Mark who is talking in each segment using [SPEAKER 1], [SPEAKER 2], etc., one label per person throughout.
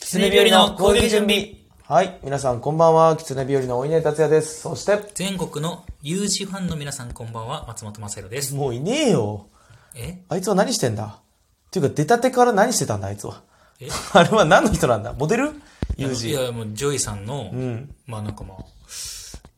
[SPEAKER 1] 狐日和の攻撃準備。
[SPEAKER 2] はい、皆さんこんばんは、狐日和のお稲荷達也です。そして、
[SPEAKER 1] 全国の U 字ファンの皆さんこんばんは、松本正弘です。
[SPEAKER 2] もういねえよ。
[SPEAKER 1] え
[SPEAKER 2] あいつは何してんだっていうか、出たてから何してたんだ、あいつは
[SPEAKER 1] え。
[SPEAKER 2] あれは何の人なんだモデル友
[SPEAKER 1] い
[SPEAKER 2] 人。
[SPEAKER 1] や、もう、ジョイさんの、
[SPEAKER 2] ん
[SPEAKER 1] まあなんかまあ、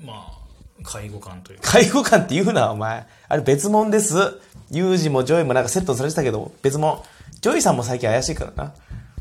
[SPEAKER 1] まあ、介護官というか、
[SPEAKER 2] 介護官って言うな、お前。あれ別物です。友人もジョイもなんかセットされてたけど、別物。ジョイさんも最近怪しいからな。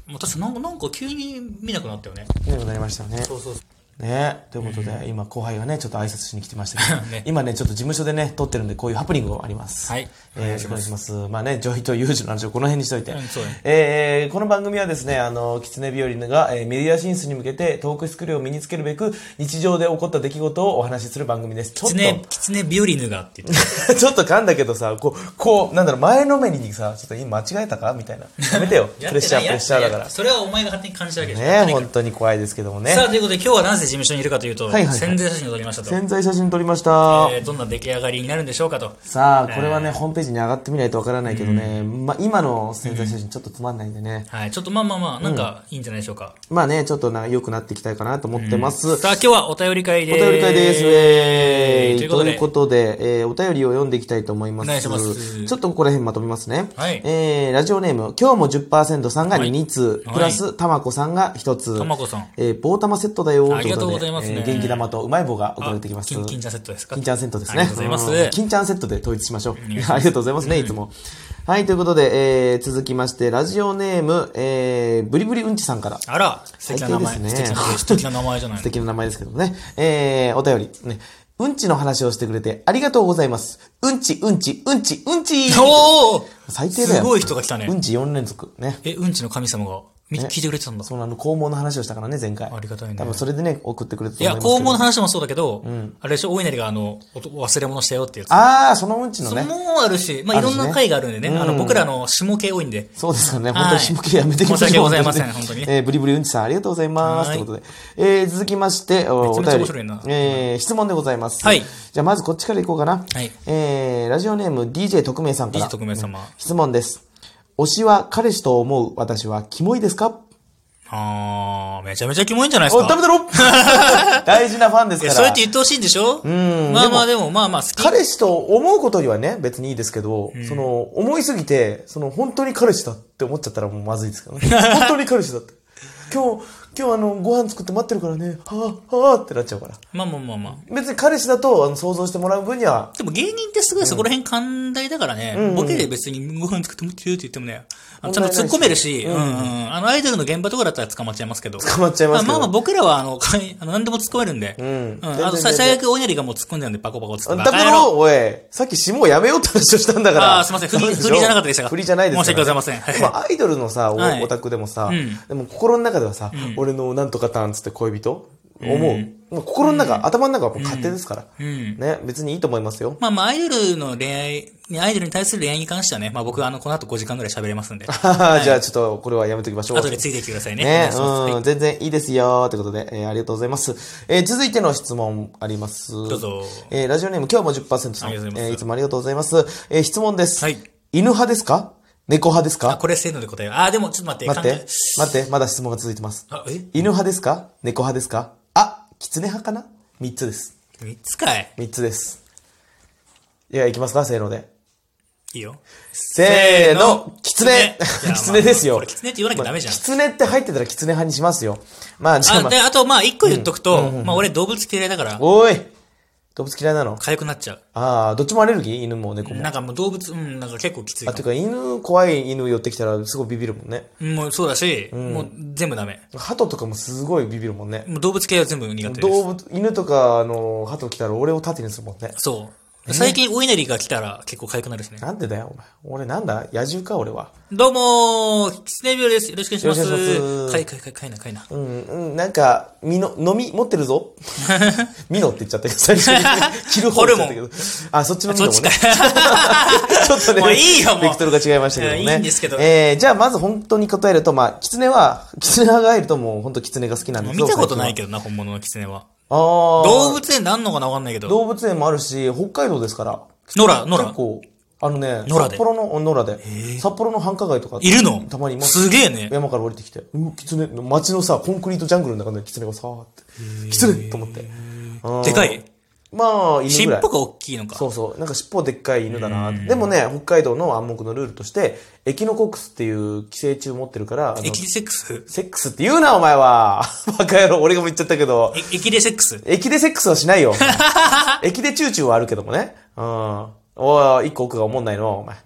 [SPEAKER 1] もう確かなんかなんか急に見なくなったよね。
[SPEAKER 2] いなくなりましたよね。
[SPEAKER 1] そうそうそう。
[SPEAKER 2] ねということで、今後輩がね、ちょっと挨拶しに来てましたけど、
[SPEAKER 1] ね
[SPEAKER 2] 今 ね、ちょっと事務所でね、撮ってるんで、こういうハプニングがあります。
[SPEAKER 1] はい
[SPEAKER 2] えーよろしくお願いします。まあね、ジョイとユージの話をこの辺にしといて。
[SPEAKER 1] うんそうね
[SPEAKER 2] えーこの番組はですね、あの、キツネ日和が、えーメディア進出に向けてトークスクールを身につけるべく、日常で起こった出来事をお話しする番組です。ちょっと、
[SPEAKER 1] 狐、狐ビオリヌがって言って
[SPEAKER 2] ちょっと 噛んだけどさ、こう、こう、なんだろう、前のめりにさ、ちょっと今間違えたかみたいな。やめて よ。 プ
[SPEAKER 1] た。
[SPEAKER 2] レッシャー、プレッシャーだか
[SPEAKER 1] やってないやってない
[SPEAKER 2] ら。
[SPEAKER 1] それはお前が勝手に感じたわけじゃん
[SPEAKER 2] ね
[SPEAKER 1] とにか
[SPEAKER 2] 本当に怖いですけども
[SPEAKER 1] く
[SPEAKER 2] ね。
[SPEAKER 1] さあ、ということで今日はなぜ事務所にいるかというと、
[SPEAKER 2] はいはいはい
[SPEAKER 1] 宣材写真を撮りましたと。
[SPEAKER 2] 潜在写真撮りました。
[SPEAKER 1] えーどんな出来上がりになるんでしょうかと。
[SPEAKER 2] さあ、これはね、ホームページに上がってみないとわからないけどね、まあ、今の宣材写真ちょっとつまんないんでね。
[SPEAKER 1] はい。ちょっとまあまあまあ、なんかいいんじゃないでしょうか。
[SPEAKER 2] まあね、ちょっとな、良くなっていきたいかなと思ってます。
[SPEAKER 1] さあ、今日はお便り会で
[SPEAKER 2] お
[SPEAKER 1] す。
[SPEAKER 2] 便り会です。えー
[SPEAKER 1] ということ
[SPEAKER 2] と
[SPEAKER 1] で
[SPEAKER 2] いうことで、えーお便りを読んでいきたいと思います。
[SPEAKER 1] お願いします
[SPEAKER 2] ちょっとここら辺まとめますね。
[SPEAKER 1] はい
[SPEAKER 2] えーラジオネーム、今日も10%さんが2通、
[SPEAKER 1] はい
[SPEAKER 2] プラス、たまこさんが1つ。
[SPEAKER 1] たまこさん
[SPEAKER 2] えー棒玉セットだよ、
[SPEAKER 1] ありがとうございますね
[SPEAKER 2] とうことでえー元気玉とうまい棒が送られてきます。
[SPEAKER 1] あ金金ちゃんセットですか
[SPEAKER 2] 金ちゃんセットですね。
[SPEAKER 1] ありがとうございます
[SPEAKER 2] ん金ちゃんセットで統一しましょう。ありがとうございますね、いつも。はい、ということで、えー続きまして、ラジオネーム、えー、ブリブリうんちさんから。
[SPEAKER 1] あら、素敵な名前。
[SPEAKER 2] 最低です
[SPEAKER 1] 素
[SPEAKER 2] ね
[SPEAKER 1] 敵な素敵な名前じゃない
[SPEAKER 2] 素敵な名前ですけどもね。えー、お便り。ね。うんちの話をしてくれてありがとうございます。うんち、うんち、うんち、うんち
[SPEAKER 1] の。おお
[SPEAKER 2] 最低だよ。
[SPEAKER 1] すごい人が来たね
[SPEAKER 2] うんち4連続。ね。
[SPEAKER 1] え、うんちの神様が、み聞いてくれてたんだ。
[SPEAKER 2] そのあの、肛門の話をしたからね、前回。
[SPEAKER 1] ありがたいね
[SPEAKER 2] 多分それでね、送ってくれたと思い
[SPEAKER 1] いや、
[SPEAKER 2] ますけど。
[SPEAKER 1] 肛門の話もそうだけど、あれでしょ、大稲荷があの、おと忘れ物したよってやつ。
[SPEAKER 2] あー、そのうんちの
[SPEAKER 1] そ
[SPEAKER 2] ね
[SPEAKER 1] れ。もあるし、まあ、
[SPEAKER 2] あ
[SPEAKER 1] い
[SPEAKER 2] る
[SPEAKER 1] ろ
[SPEAKER 2] しね
[SPEAKER 1] んな回があるんでね、あの、僕らの下系多いんで。
[SPEAKER 2] そうですよね。
[SPEAKER 1] はい
[SPEAKER 2] 本当に下系やめてきましょう。
[SPEAKER 1] 申し訳ございません本当に
[SPEAKER 2] えー、ブリブリうんちさんありがとうございます。と
[SPEAKER 1] はい
[SPEAKER 2] いうことで。えー、続きまして、おお
[SPEAKER 1] めち
[SPEAKER 2] 便り
[SPEAKER 1] ゃめちゃ面白いな。
[SPEAKER 2] えー、質問でございます。
[SPEAKER 1] はい
[SPEAKER 2] じゃあまずこっちからいこうかな。
[SPEAKER 1] はい
[SPEAKER 2] えー、ラジオネーム DJ 特命さんか
[SPEAKER 1] DJ
[SPEAKER 2] ら。
[SPEAKER 1] 特命様。
[SPEAKER 2] 質問です。推しは彼氏と思う私はキモいですか
[SPEAKER 1] あー、めちゃめちゃキモいんじゃないです
[SPEAKER 2] お、
[SPEAKER 1] か
[SPEAKER 2] ダメだろ 大事なファンです
[SPEAKER 1] い
[SPEAKER 2] か
[SPEAKER 1] や、
[SPEAKER 2] ら。
[SPEAKER 1] そうやって言ってほしいんでしょうん。まあまあでも、まあまあ、好き。
[SPEAKER 2] 彼氏と思うことにはね、別にいいですけど、その、思いすぎて、その、本当に彼氏だって思っちゃったらもうまずいですけ どね。本当に彼氏だって。今日、今日あの、ご飯作って待ってるからね、はぁ、はぁってなっちゃうから。
[SPEAKER 1] まあまあまあまあ。
[SPEAKER 2] 別に彼氏だと、あの、想像してもらう分には、
[SPEAKER 1] でも芸人ってすごいそこら辺寛大だからね、ボケで別にご飯作ってもってよって言ってもね、あのちゃんと突っ込めるし、うんうんあのアイドルの現場とかだったら捕まっちゃいますけど。捕
[SPEAKER 2] まっちゃいますけど
[SPEAKER 1] あまあまあ僕らはあの、かいあの何でも突っ込めるんで。うん
[SPEAKER 2] 全然
[SPEAKER 1] あの、
[SPEAKER 2] 全
[SPEAKER 1] さ
[SPEAKER 2] 然
[SPEAKER 1] 最悪お稲荷がもう突っ込んでるんでパコパコ突っ込んで。
[SPEAKER 2] だ
[SPEAKER 1] バ
[SPEAKER 2] け
[SPEAKER 1] カ野郎
[SPEAKER 2] ど、おい、さっき下をやめようって話をしたんだから。
[SPEAKER 1] あーすいません振り
[SPEAKER 2] ダメでょ
[SPEAKER 1] 振りじゃなかったでしたか
[SPEAKER 2] 振りじゃないですから
[SPEAKER 1] 申し訳ございませんはい
[SPEAKER 2] でもアイドルのさ、
[SPEAKER 1] はい
[SPEAKER 2] おオタクでもさ、
[SPEAKER 1] うん
[SPEAKER 2] でも心の中ではさ、俺のなんとかたんつって恋人思う。もう心の中、頭の中はもう勝手ですから。
[SPEAKER 1] ん
[SPEAKER 2] ね、別にいいと思いますよ。
[SPEAKER 1] まあまあアイドルの恋愛、アイドルに対する恋愛に関してはね、まあ僕はあの、この後5時間ぐらい喋 れますんで。
[SPEAKER 2] じゃあちょっとこれはやめときましょう。
[SPEAKER 1] 後でついてきてくださいね。
[SPEAKER 2] ね
[SPEAKER 1] お願いし
[SPEAKER 2] う
[SPEAKER 1] ま
[SPEAKER 2] ん、全然いいですよ、ということで、えーありがとうございます。えー続いての質問あります。ど
[SPEAKER 1] うぞ
[SPEAKER 2] えーラジオネーム今日も10%さん。
[SPEAKER 1] ありがとうございます
[SPEAKER 2] えーいつもありがとうございます。えー質問です。
[SPEAKER 1] はい
[SPEAKER 2] 犬派ですか猫派です
[SPEAKER 1] す。あ、
[SPEAKER 2] か
[SPEAKER 1] これせーので答えようあー、でもちょっと待って。
[SPEAKER 2] 待っ
[SPEAKER 1] 関
[SPEAKER 2] て
[SPEAKER 1] 係、
[SPEAKER 2] 待って、まだ質問が続いてます。
[SPEAKER 1] あ、え
[SPEAKER 2] 犬派ですか猫派ですかあ、狐派かな三つです。
[SPEAKER 1] 三つかい
[SPEAKER 2] 三つです。いや、いきますかせーので。
[SPEAKER 1] いいよ。
[SPEAKER 2] せーの、
[SPEAKER 1] い
[SPEAKER 2] 狐
[SPEAKER 1] やま あ
[SPEAKER 2] 狐ですよ。
[SPEAKER 1] これ狐って言わなきゃダメじゃん
[SPEAKER 2] まあ狐って入ってたら狐派にしますよ。まあ、じゃあ、ま
[SPEAKER 1] あ、
[SPEAKER 2] あ
[SPEAKER 1] で、あと、まあ、一個言っとくと、まあ、俺動物嫌いだから、
[SPEAKER 2] おい動物嫌いなの
[SPEAKER 1] 痒くなっちゃう。
[SPEAKER 2] ああ、どっちもアレルギー犬も猫も。
[SPEAKER 1] なんかもう動物、うん、なんか結構きつい
[SPEAKER 2] あ、
[SPEAKER 1] かも
[SPEAKER 2] てか犬、怖い犬寄ってきたらすごいビビるもんね。
[SPEAKER 1] うんもうそうだし、もう全部ダメ。
[SPEAKER 2] 鳩とかもすごいビビるもんね。
[SPEAKER 1] もう動物系は全部苦手です。
[SPEAKER 2] 動物、犬とか、あの、鳩来たら俺を盾にするもんね。
[SPEAKER 1] そう。最近、お稲荷が来たら結構痒くなるしね。
[SPEAKER 2] なんでだよ、お前。俺なんだ野獣か、俺は。
[SPEAKER 1] どうもー、キツネ病です。よろしくお願いします。
[SPEAKER 2] よろしくお願いします
[SPEAKER 1] かいかいかいかいなかいな。
[SPEAKER 2] うん、うん、なんか、みの、飲み、持ってる ぞ。みのって言っちゃったけど、最初に。切る方って言っちゃったけど。あ、そっちのみのもね。
[SPEAKER 1] そっち
[SPEAKER 2] ちょっとね。
[SPEAKER 1] もういいよもう
[SPEAKER 2] ベクトルが違いましたけども
[SPEAKER 1] い
[SPEAKER 2] ね。
[SPEAKER 1] やいいんですけど
[SPEAKER 2] えー、じゃあまず本当に答えると、まあ、狐は、狐派がいるともう本当狐が好きなんです
[SPEAKER 1] 見たことない
[SPEAKER 2] け
[SPEAKER 1] けどな、本物のキツネは。
[SPEAKER 2] ど。あー
[SPEAKER 1] 動物園であんのかなわかんないけど。
[SPEAKER 2] 動物園もあるし、北海道ですから。
[SPEAKER 1] 野良、野
[SPEAKER 2] 結
[SPEAKER 1] 良。
[SPEAKER 2] 構、あのね、
[SPEAKER 1] 野良で
[SPEAKER 2] 札幌の、野良で、札幌の繁華街とか。
[SPEAKER 1] いるの
[SPEAKER 2] たまにいます。
[SPEAKER 1] すげえね。
[SPEAKER 2] 山から降りてきて、うキツネ、街のさ、コンクリートジャングルの中でキツネがさーって、キツネと思って。うん
[SPEAKER 1] でかい
[SPEAKER 2] まあ、犬
[SPEAKER 1] 尻
[SPEAKER 2] ぐら
[SPEAKER 1] 尾
[SPEAKER 2] い
[SPEAKER 1] が。大きいのか。
[SPEAKER 2] そうそう。なんか尻尾でっかい犬だなってでもね、北海道の暗黙のルールとして、エキノコックスっていう寄生虫を持ってるから、あの
[SPEAKER 1] エキセックス
[SPEAKER 2] セックスって言うな、お前は。 バカ野郎、俺がも言っちゃったけど。
[SPEAKER 1] えエキレセックス
[SPEAKER 2] 駅でセックスはし ないよ。駅でチューチューはあるけどもね。うん。おい、一個奥が思んないの、お 前。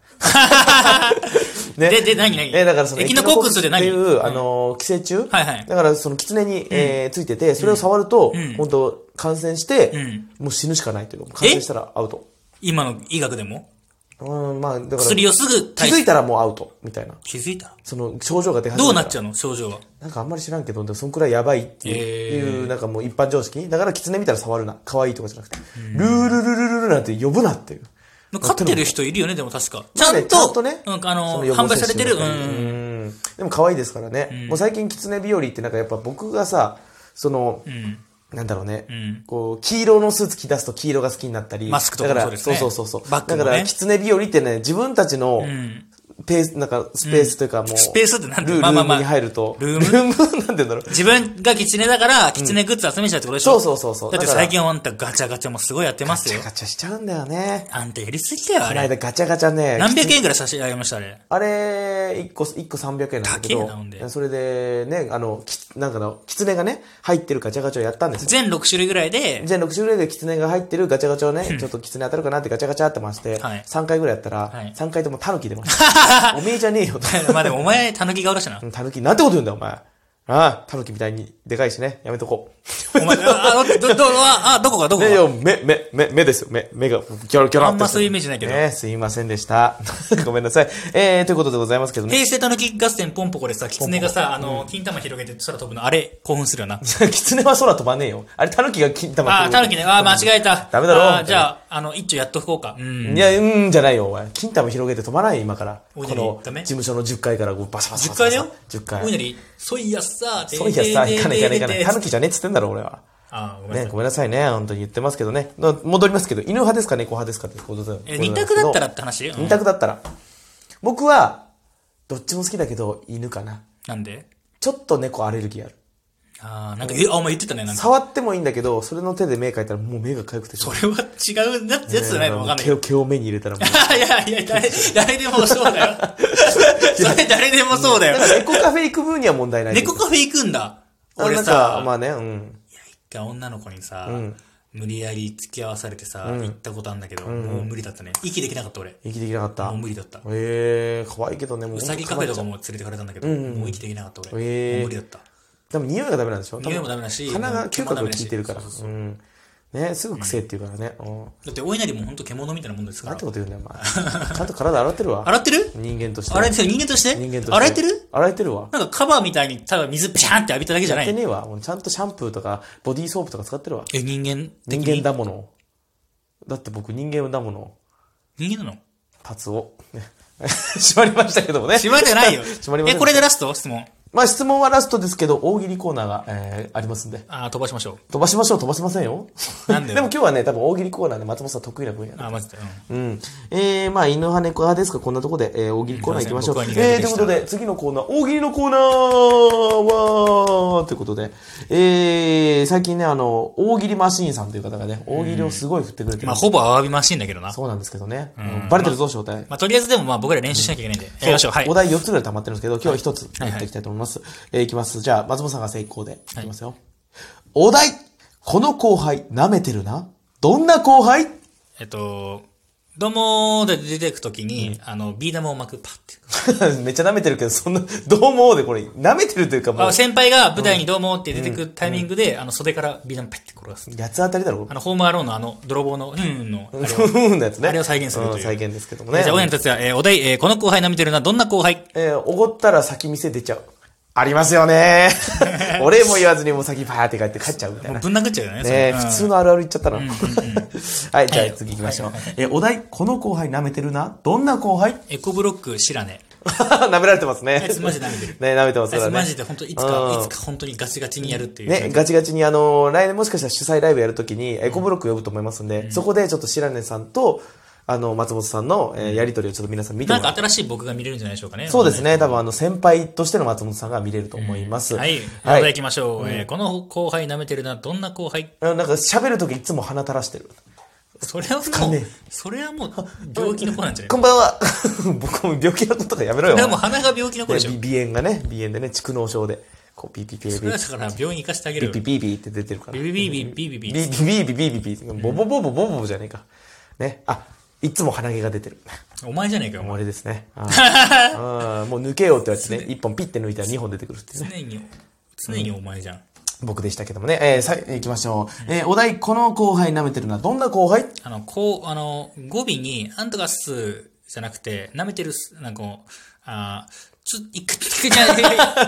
[SPEAKER 2] ね
[SPEAKER 1] でで何何
[SPEAKER 2] え、だからその、
[SPEAKER 1] エキノコックスって何
[SPEAKER 2] エキノコックスっていう、あのー、寄生虫
[SPEAKER 1] はいはい
[SPEAKER 2] だからその、狐に、えーついてて、それを触ると、本当感染して、
[SPEAKER 1] ん
[SPEAKER 2] もう死ぬしかないというか、感染したらアウト。
[SPEAKER 1] 今の医学でも
[SPEAKER 2] うん、まあ、だから、
[SPEAKER 1] 薬をすぐ
[SPEAKER 2] 気
[SPEAKER 1] 対
[SPEAKER 2] づいたらもうアウト、みたいな。
[SPEAKER 1] 気づいた
[SPEAKER 2] その、症状が出始めたら
[SPEAKER 1] どうなっちゃうの症状は。
[SPEAKER 2] なんかあんまり知らんけど、でもそんくらいやばいっていう、なんかもう一般常識。だから狐見たら触るな。可愛いとかじゃなくて。ルールルルルルなんて呼ぶなっていう。
[SPEAKER 1] 飼ってる人いるよね、でも確か。ちゃ
[SPEAKER 2] まあね
[SPEAKER 1] ん
[SPEAKER 2] ちゃん
[SPEAKER 1] と、
[SPEAKER 2] とね
[SPEAKER 1] うんあの、
[SPEAKER 2] その予
[SPEAKER 1] 販
[SPEAKER 2] 防
[SPEAKER 1] 売
[SPEAKER 2] 接
[SPEAKER 1] さ
[SPEAKER 2] 種
[SPEAKER 1] れてる。う
[SPEAKER 2] だったり
[SPEAKER 1] ん。
[SPEAKER 2] うんでも可愛いですからね。もう最近狐日和ってなんかやっぱ僕がさ、その、なんだろうね、こう、黄色のスーツ着出すと黄色が好きになったり。
[SPEAKER 1] マスクとかも
[SPEAKER 2] だ
[SPEAKER 1] そうですね
[SPEAKER 2] そうそうそうそう。
[SPEAKER 1] バッグもね
[SPEAKER 2] だから、狐日和ってね、自分たちの、ペース、なんか、スペースというかもう、
[SPEAKER 1] スペースってなんて
[SPEAKER 2] ルー
[SPEAKER 1] まあまあまあ
[SPEAKER 2] ルームに入ると、
[SPEAKER 1] ルーム
[SPEAKER 2] ルームなんて言うんだろう。
[SPEAKER 1] 自分がキツネだから、キツネグッズ集めちゃうってことでしょ、
[SPEAKER 2] うんそうそうそうそう
[SPEAKER 1] だって
[SPEAKER 2] だから
[SPEAKER 1] 最近はあんたガチャガチャもすごいやってますよ。
[SPEAKER 2] ガチャしちゃうんだよね。
[SPEAKER 1] あんたやりすぎだよ、あ
[SPEAKER 2] この
[SPEAKER 1] れ。
[SPEAKER 2] 間ガチャガチャね。
[SPEAKER 1] 何百円ぐらい差し上げました、あれ。
[SPEAKER 2] あれ、1個、一個300円なんだけ
[SPEAKER 1] 高えなほんで
[SPEAKER 2] ど、それでね、あの、きなんかの、キツネがね、入ってるガチャガチャをやったんですよ。
[SPEAKER 1] 全6種類ぐら いで、
[SPEAKER 2] 全6種類でキツネが入ってるガチャガチャをね、ちょっとキツネ当たるかなってガチャガチャって回して、
[SPEAKER 1] はい
[SPEAKER 2] 3回ぐらいやったら、
[SPEAKER 1] はい
[SPEAKER 2] 3回ともタヌキ出ま した。おめえじゃねえよと。
[SPEAKER 1] まあでもお前、狸顔だしな。
[SPEAKER 2] タヌキ、なんてこと言うんだよ、お前。ああ、タヌキみたいにでかいしね、やめとこう。
[SPEAKER 1] お前、あ、あど、ど、あ、あどこかどこ
[SPEAKER 2] ね
[SPEAKER 1] か。
[SPEAKER 2] よ、目、目、目、目ですよ。目、目が、ギョロギョロって。
[SPEAKER 1] あんまそういうイメージないけど
[SPEAKER 2] ね、すいませんでした。ごめんなさい。えー、ということでございますけどね。
[SPEAKER 1] 平成たぬき合戦ポンポコでさ、キツネがさ、あの、金玉広げて空飛ぶの、あれ、興奮するよな。
[SPEAKER 2] キツネは空飛ばねえよ。あれ、タヌキが金玉
[SPEAKER 1] あ、たぬきね、あ、間違えた。
[SPEAKER 2] ダメだろ
[SPEAKER 1] あじゃあ、あの、一丁やっとこうか。うん。
[SPEAKER 2] いや、うん、じゃないよ、お前。金玉広げて飛ばないよ、今から。
[SPEAKER 1] お
[SPEAKER 2] こ
[SPEAKER 1] いでに
[SPEAKER 2] の、
[SPEAKER 1] ダメ
[SPEAKER 2] 事務所の10階からこうバシャバシャ
[SPEAKER 1] 10
[SPEAKER 2] バシャ
[SPEAKER 1] 回
[SPEAKER 2] バ
[SPEAKER 1] だ
[SPEAKER 2] シャ。10
[SPEAKER 1] よ。お稲
[SPEAKER 2] 階。
[SPEAKER 1] 荷、そいやっさ、
[SPEAKER 2] そういやさ、行かない行かない行かない。タヌキじゃねえっつってんだろ、俺は。
[SPEAKER 1] あ、ごめんな
[SPEAKER 2] ね、
[SPEAKER 1] さい。
[SPEAKER 2] ごめんなさいね、本当に言ってますけどね。の戻りますけど、犬派ですか、猫派ですかってことだ
[SPEAKER 1] え、二択だったら
[SPEAKER 2] こ
[SPEAKER 1] っ
[SPEAKER 2] と
[SPEAKER 1] て話
[SPEAKER 2] なんですけど二択だったら。僕は、どっちも好きだけど、犬かな。
[SPEAKER 1] なんで
[SPEAKER 2] ちょっと猫アレルギーある。
[SPEAKER 1] ああ、なんか、え、あ、お前言ってたね、なんか。
[SPEAKER 2] 触ってもいいんだけど、それの手で目描いたらもう目が痒くてしょ
[SPEAKER 1] それは違うやつじゃないのわかんない
[SPEAKER 2] 毛
[SPEAKER 1] けど。
[SPEAKER 2] を、毛を目に入れたらもう。
[SPEAKER 1] いやいや、誰、誰でもそうだよ。それ誰でもそうだ
[SPEAKER 2] だから
[SPEAKER 1] よ。
[SPEAKER 2] 猫カフェ行く分には問題ない。
[SPEAKER 1] 猫カフェ行くんだ。
[SPEAKER 2] あ
[SPEAKER 1] 俺
[SPEAKER 2] なんかま
[SPEAKER 1] さ、
[SPEAKER 2] あね、うん。
[SPEAKER 1] 一回女の子にさ、無理やり付き合わされてさ、行ったことあるんだけど、もう無理だったね。息できなかった俺。
[SPEAKER 2] 息できなかった。
[SPEAKER 1] もう無理だった。
[SPEAKER 2] ええー、可愛いけどね、もう。
[SPEAKER 1] うさぎカフェとかも連れてかれたんだけど、もう息できなかった俺。
[SPEAKER 2] へー
[SPEAKER 1] もう無理だった。
[SPEAKER 2] でも匂いがダメなんでしょ
[SPEAKER 1] 匂いもダメだし
[SPEAKER 2] 鼻
[SPEAKER 1] も
[SPEAKER 2] が
[SPEAKER 1] う毛
[SPEAKER 2] 嗅
[SPEAKER 1] もダ
[SPEAKER 2] 覚
[SPEAKER 1] メ
[SPEAKER 2] が
[SPEAKER 1] だし
[SPEAKER 2] 効いてるから。うん。ね、すぐ癖っていうからね。うん。
[SPEAKER 1] だって、お稲荷も本当獣みたいなもんですか
[SPEAKER 2] なん
[SPEAKER 1] ら
[SPEAKER 2] て。こと言うんだよ、お前。ちゃんと体洗ってるわ。
[SPEAKER 1] 洗ってる
[SPEAKER 2] 人間として。
[SPEAKER 1] 洗えてる人間として
[SPEAKER 2] 人間として。
[SPEAKER 1] 洗えてる
[SPEAKER 2] 洗えてるわ。
[SPEAKER 1] なんかカバーみたいにただ水ピシャーンって浴びただけじゃな
[SPEAKER 2] やって
[SPEAKER 1] い
[SPEAKER 2] ねえわ。もうちゃんとシャンプーとか、ボディーソープとか使ってるわ。
[SPEAKER 1] え、人間的
[SPEAKER 2] 人
[SPEAKER 1] に
[SPEAKER 2] 間だもの。だって僕人間だもの。
[SPEAKER 1] 人間なの
[SPEAKER 2] パツを。ね閉まり ましたけどもね。
[SPEAKER 1] 縛れてないよ。
[SPEAKER 2] 閉まりませんで した
[SPEAKER 1] え、これでラスト質問。
[SPEAKER 2] まあ質問はラストですけど、大喜利コーナーが、えーありますんで。
[SPEAKER 1] あー飛ばしましょ
[SPEAKER 2] 飛ばしましょう、飛ばしませんよ。
[SPEAKER 1] なんで
[SPEAKER 2] で
[SPEAKER 1] よ
[SPEAKER 2] も今日はね、多分大喜利コーナーで松本さん得意な分野
[SPEAKER 1] う。
[SPEAKER 2] だ。
[SPEAKER 1] あー、マジで。うん
[SPEAKER 2] うん。えー、まあ、犬派猫派ですか、こんなとこで、えー、大喜利コーナー行きましょう。
[SPEAKER 1] すいません僕は苦
[SPEAKER 2] えー、
[SPEAKER 1] 手で
[SPEAKER 2] という
[SPEAKER 1] した
[SPEAKER 2] ことで、次のコーナー、大喜利のコーナーは、ということで、えー、最近ね、あの、大喜利マシーンさんという方がね、大喜利をすごい振ってくれてる、
[SPEAKER 1] まあ、ほぼアワビマシーンだけどな。
[SPEAKER 2] そうなんですけどね。バレてるぞ、正体。
[SPEAKER 1] まあ、とりあえずでもまあ、僕ら練習しなきゃいけないんで。やりましょう。はい
[SPEAKER 2] お。題4つぐらい溜まってるんですけど、今日は1つやっていきたいと思います。えーいきます。じゃあ、松本さんが成功で。いきますよ。お題この後輩、舐めてるなどんな後輩
[SPEAKER 1] えっと、どうもーで出てくときに、あの、ビー玉を巻く、パッて。
[SPEAKER 2] めっちゃ舐めてるけど、そんな、どうもでこれ、舐めてるというかもう
[SPEAKER 1] あ、先輩が舞台にどうもって出てくるタイミングで、あの、袖からビー玉ペッて転がす。
[SPEAKER 2] 八つ当たりだろ
[SPEAKER 1] あの、ホームアローンのあの、泥棒の、うんうんの、 あれを。
[SPEAKER 2] うん、やつね。
[SPEAKER 1] あれを再現するという
[SPEAKER 2] うん再現ですけども
[SPEAKER 1] え
[SPEAKER 2] ね。
[SPEAKER 1] じゃあ、大家の達也、えーお題、えーこの後輩舐めてるのはどんな後輩
[SPEAKER 2] えー、おごったら先店出ちゃう。ありますよ ね。俺も言わずにもう先パーって帰って帰っちゃうみたいな。
[SPEAKER 1] ぶん殴っちゃうよね。それ
[SPEAKER 2] ねえ、
[SPEAKER 1] うん
[SPEAKER 2] 普通のあるある言っちゃったな。 はい、じゃあ次行きましょう。え、お題、この後輩舐めてるなどんな後輩
[SPEAKER 1] エコブロック知らねえ。
[SPEAKER 2] 舐められてますね。
[SPEAKER 1] あいつマジで舐めてる
[SPEAKER 2] ね、舐めてます
[SPEAKER 1] あい
[SPEAKER 2] か
[SPEAKER 1] つ
[SPEAKER 2] らね。
[SPEAKER 1] マジで本当いつか、いつか本当にガチガチにやるっていう。
[SPEAKER 2] ね、ガチガチにあの、来年もしかしたら主催ライブやるときにエコブロック呼ぶと思いますんで、そこでちょっと白根さんと、あの、松本さんの、えーやりとりをちょっと皆さん見て
[SPEAKER 1] なん
[SPEAKER 2] もら
[SPEAKER 1] か
[SPEAKER 2] って。
[SPEAKER 1] 新しい僕が見れるんじゃないでしょうかね。
[SPEAKER 2] そうです
[SPEAKER 1] ね。
[SPEAKER 2] ね。多分あの、先輩としての松本さんが見れると思います。
[SPEAKER 1] はい。ま
[SPEAKER 2] は
[SPEAKER 1] た行
[SPEAKER 2] い。
[SPEAKER 1] きましょう。えーこの後輩舐めてるな、どんな後輩
[SPEAKER 2] あのなんか喋るときいつも鼻垂らしてる。
[SPEAKER 1] それはも
[SPEAKER 2] かん
[SPEAKER 1] う
[SPEAKER 2] ねえ、
[SPEAKER 1] それはもう、病気の子なんじゃない
[SPEAKER 2] こんばんは。 僕も病気のことかやめろよ。
[SPEAKER 1] それはもう鼻が病気の子でしょ。
[SPEAKER 2] ね鼻炎がね、鼻炎でね、蓄膿症で、こう、ピーピーピー
[SPEAKER 1] そ
[SPEAKER 2] ピー
[SPEAKER 1] れはだから病院行かせてあげるよ。
[SPEAKER 2] ピーピーピーって出てるから。
[SPEAKER 1] ビビビビビビビ
[SPEAKER 2] ビビビビビビビボボボボボボボじゃねえか。ね。あ、いつも鼻毛が出てる。
[SPEAKER 1] お前じゃねえかよ、お
[SPEAKER 2] もう
[SPEAKER 1] 前。
[SPEAKER 2] あれですね。あーあーもう抜けようってやつね。一本ピッて抜いたら二本出てくるっていうね。
[SPEAKER 1] 常に、常にお前じゃん。
[SPEAKER 2] 僕でしたけどもね。えー、さ、行きましょう。えー、お題、この後輩舐めてるのはどんな後輩
[SPEAKER 1] あの、こう、あの、語尾に、なんとかっすじゃなくて、舐めてるっす、なんかこう、あーちょ、一回、一回、じゃあ一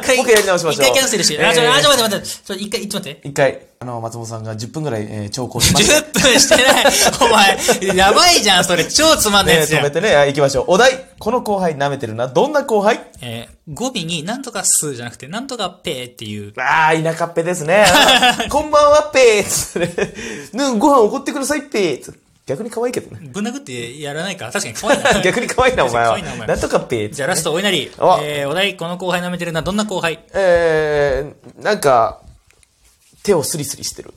[SPEAKER 1] 回、
[SPEAKER 2] もう一回やり直しましょう
[SPEAKER 1] 一回キャンセルして。あ、ちょ、
[SPEAKER 2] えー
[SPEAKER 1] あ、ちょ、待って待って。ちょ、一回、ちょっと待って。
[SPEAKER 2] 一回、あの、松本さんが10分ぐらい、えー、調校しました。
[SPEAKER 1] 10分してない。お前、やばいじゃん、それ。超つまんない
[SPEAKER 2] ね、
[SPEAKER 1] やつ
[SPEAKER 2] 止
[SPEAKER 1] や
[SPEAKER 2] め
[SPEAKER 1] ん。
[SPEAKER 2] てね、はい行きましょう。お題、この後輩舐めてるのはどんな後輩
[SPEAKER 1] えー語尾に、なんとかっすじゃなくて、なんとかっぺーっていう。
[SPEAKER 2] ああ、田舎っぺです ね。あーこんばんはっぺーつってね。ねご飯おごってくださいっぺーつって逆に可愛いけ どね。。
[SPEAKER 1] ぶん殴ってやらないか確かに怖い な
[SPEAKER 2] 逆に可愛いな、お前
[SPEAKER 1] 可
[SPEAKER 2] は
[SPEAKER 1] 愛いなお。前
[SPEAKER 2] なんとかっぺーつって
[SPEAKER 1] じゃあラスト、お稲荷。
[SPEAKER 2] お
[SPEAKER 1] えー、お題、この後輩舐めてるな、どんな後輩
[SPEAKER 2] えー、なんか、手をスリスリしてる。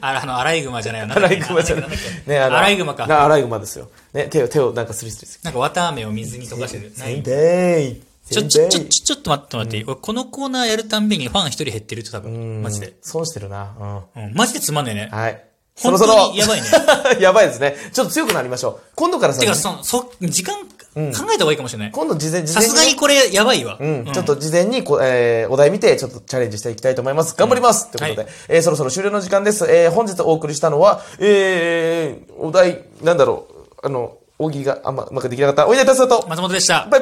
[SPEAKER 1] あら、あの、アライグマじゃないよな。
[SPEAKER 2] アライグマじゃない
[SPEAKER 1] んだっけ
[SPEAKER 2] ね、あの、
[SPEAKER 1] アライグマか。
[SPEAKER 2] なアライグマですよ。ね、手を、手をなんかスリスリす
[SPEAKER 1] なんか、綿飴を水に溶かしてる。
[SPEAKER 2] る。
[SPEAKER 1] な
[SPEAKER 2] 全然
[SPEAKER 1] いちょ、
[SPEAKER 2] 全
[SPEAKER 1] ちょ、
[SPEAKER 2] 然
[SPEAKER 1] ちょ、ちょ、ちょっと待って待って。俺このコーナーやるたんびにファン一人減ってると多分。マジで。
[SPEAKER 2] 損してるな。
[SPEAKER 1] うん。マジでつまんねえね
[SPEAKER 2] うん。。はい。
[SPEAKER 1] 本当にやばいね。
[SPEAKER 2] やばいですね。ちょっと強くなりましょう。今度からさ
[SPEAKER 1] て、か、その、そ、時間、考えた方がいいかもしれない。
[SPEAKER 2] 今度事前、事
[SPEAKER 1] さ
[SPEAKER 2] 前
[SPEAKER 1] すがにこれ、やばいわ。
[SPEAKER 2] うん、ちょっと事前にこう、えー、お題見て、ちょっとチャレンジしていきたいと思います。頑張ります、ということで、えー、そろそろ終了の時間です。えー、本日お送りしたのは、えー、お題、なんだろう、あの、大喜利があんまうまくできなかった、おいでたすだと、
[SPEAKER 1] 松本でした。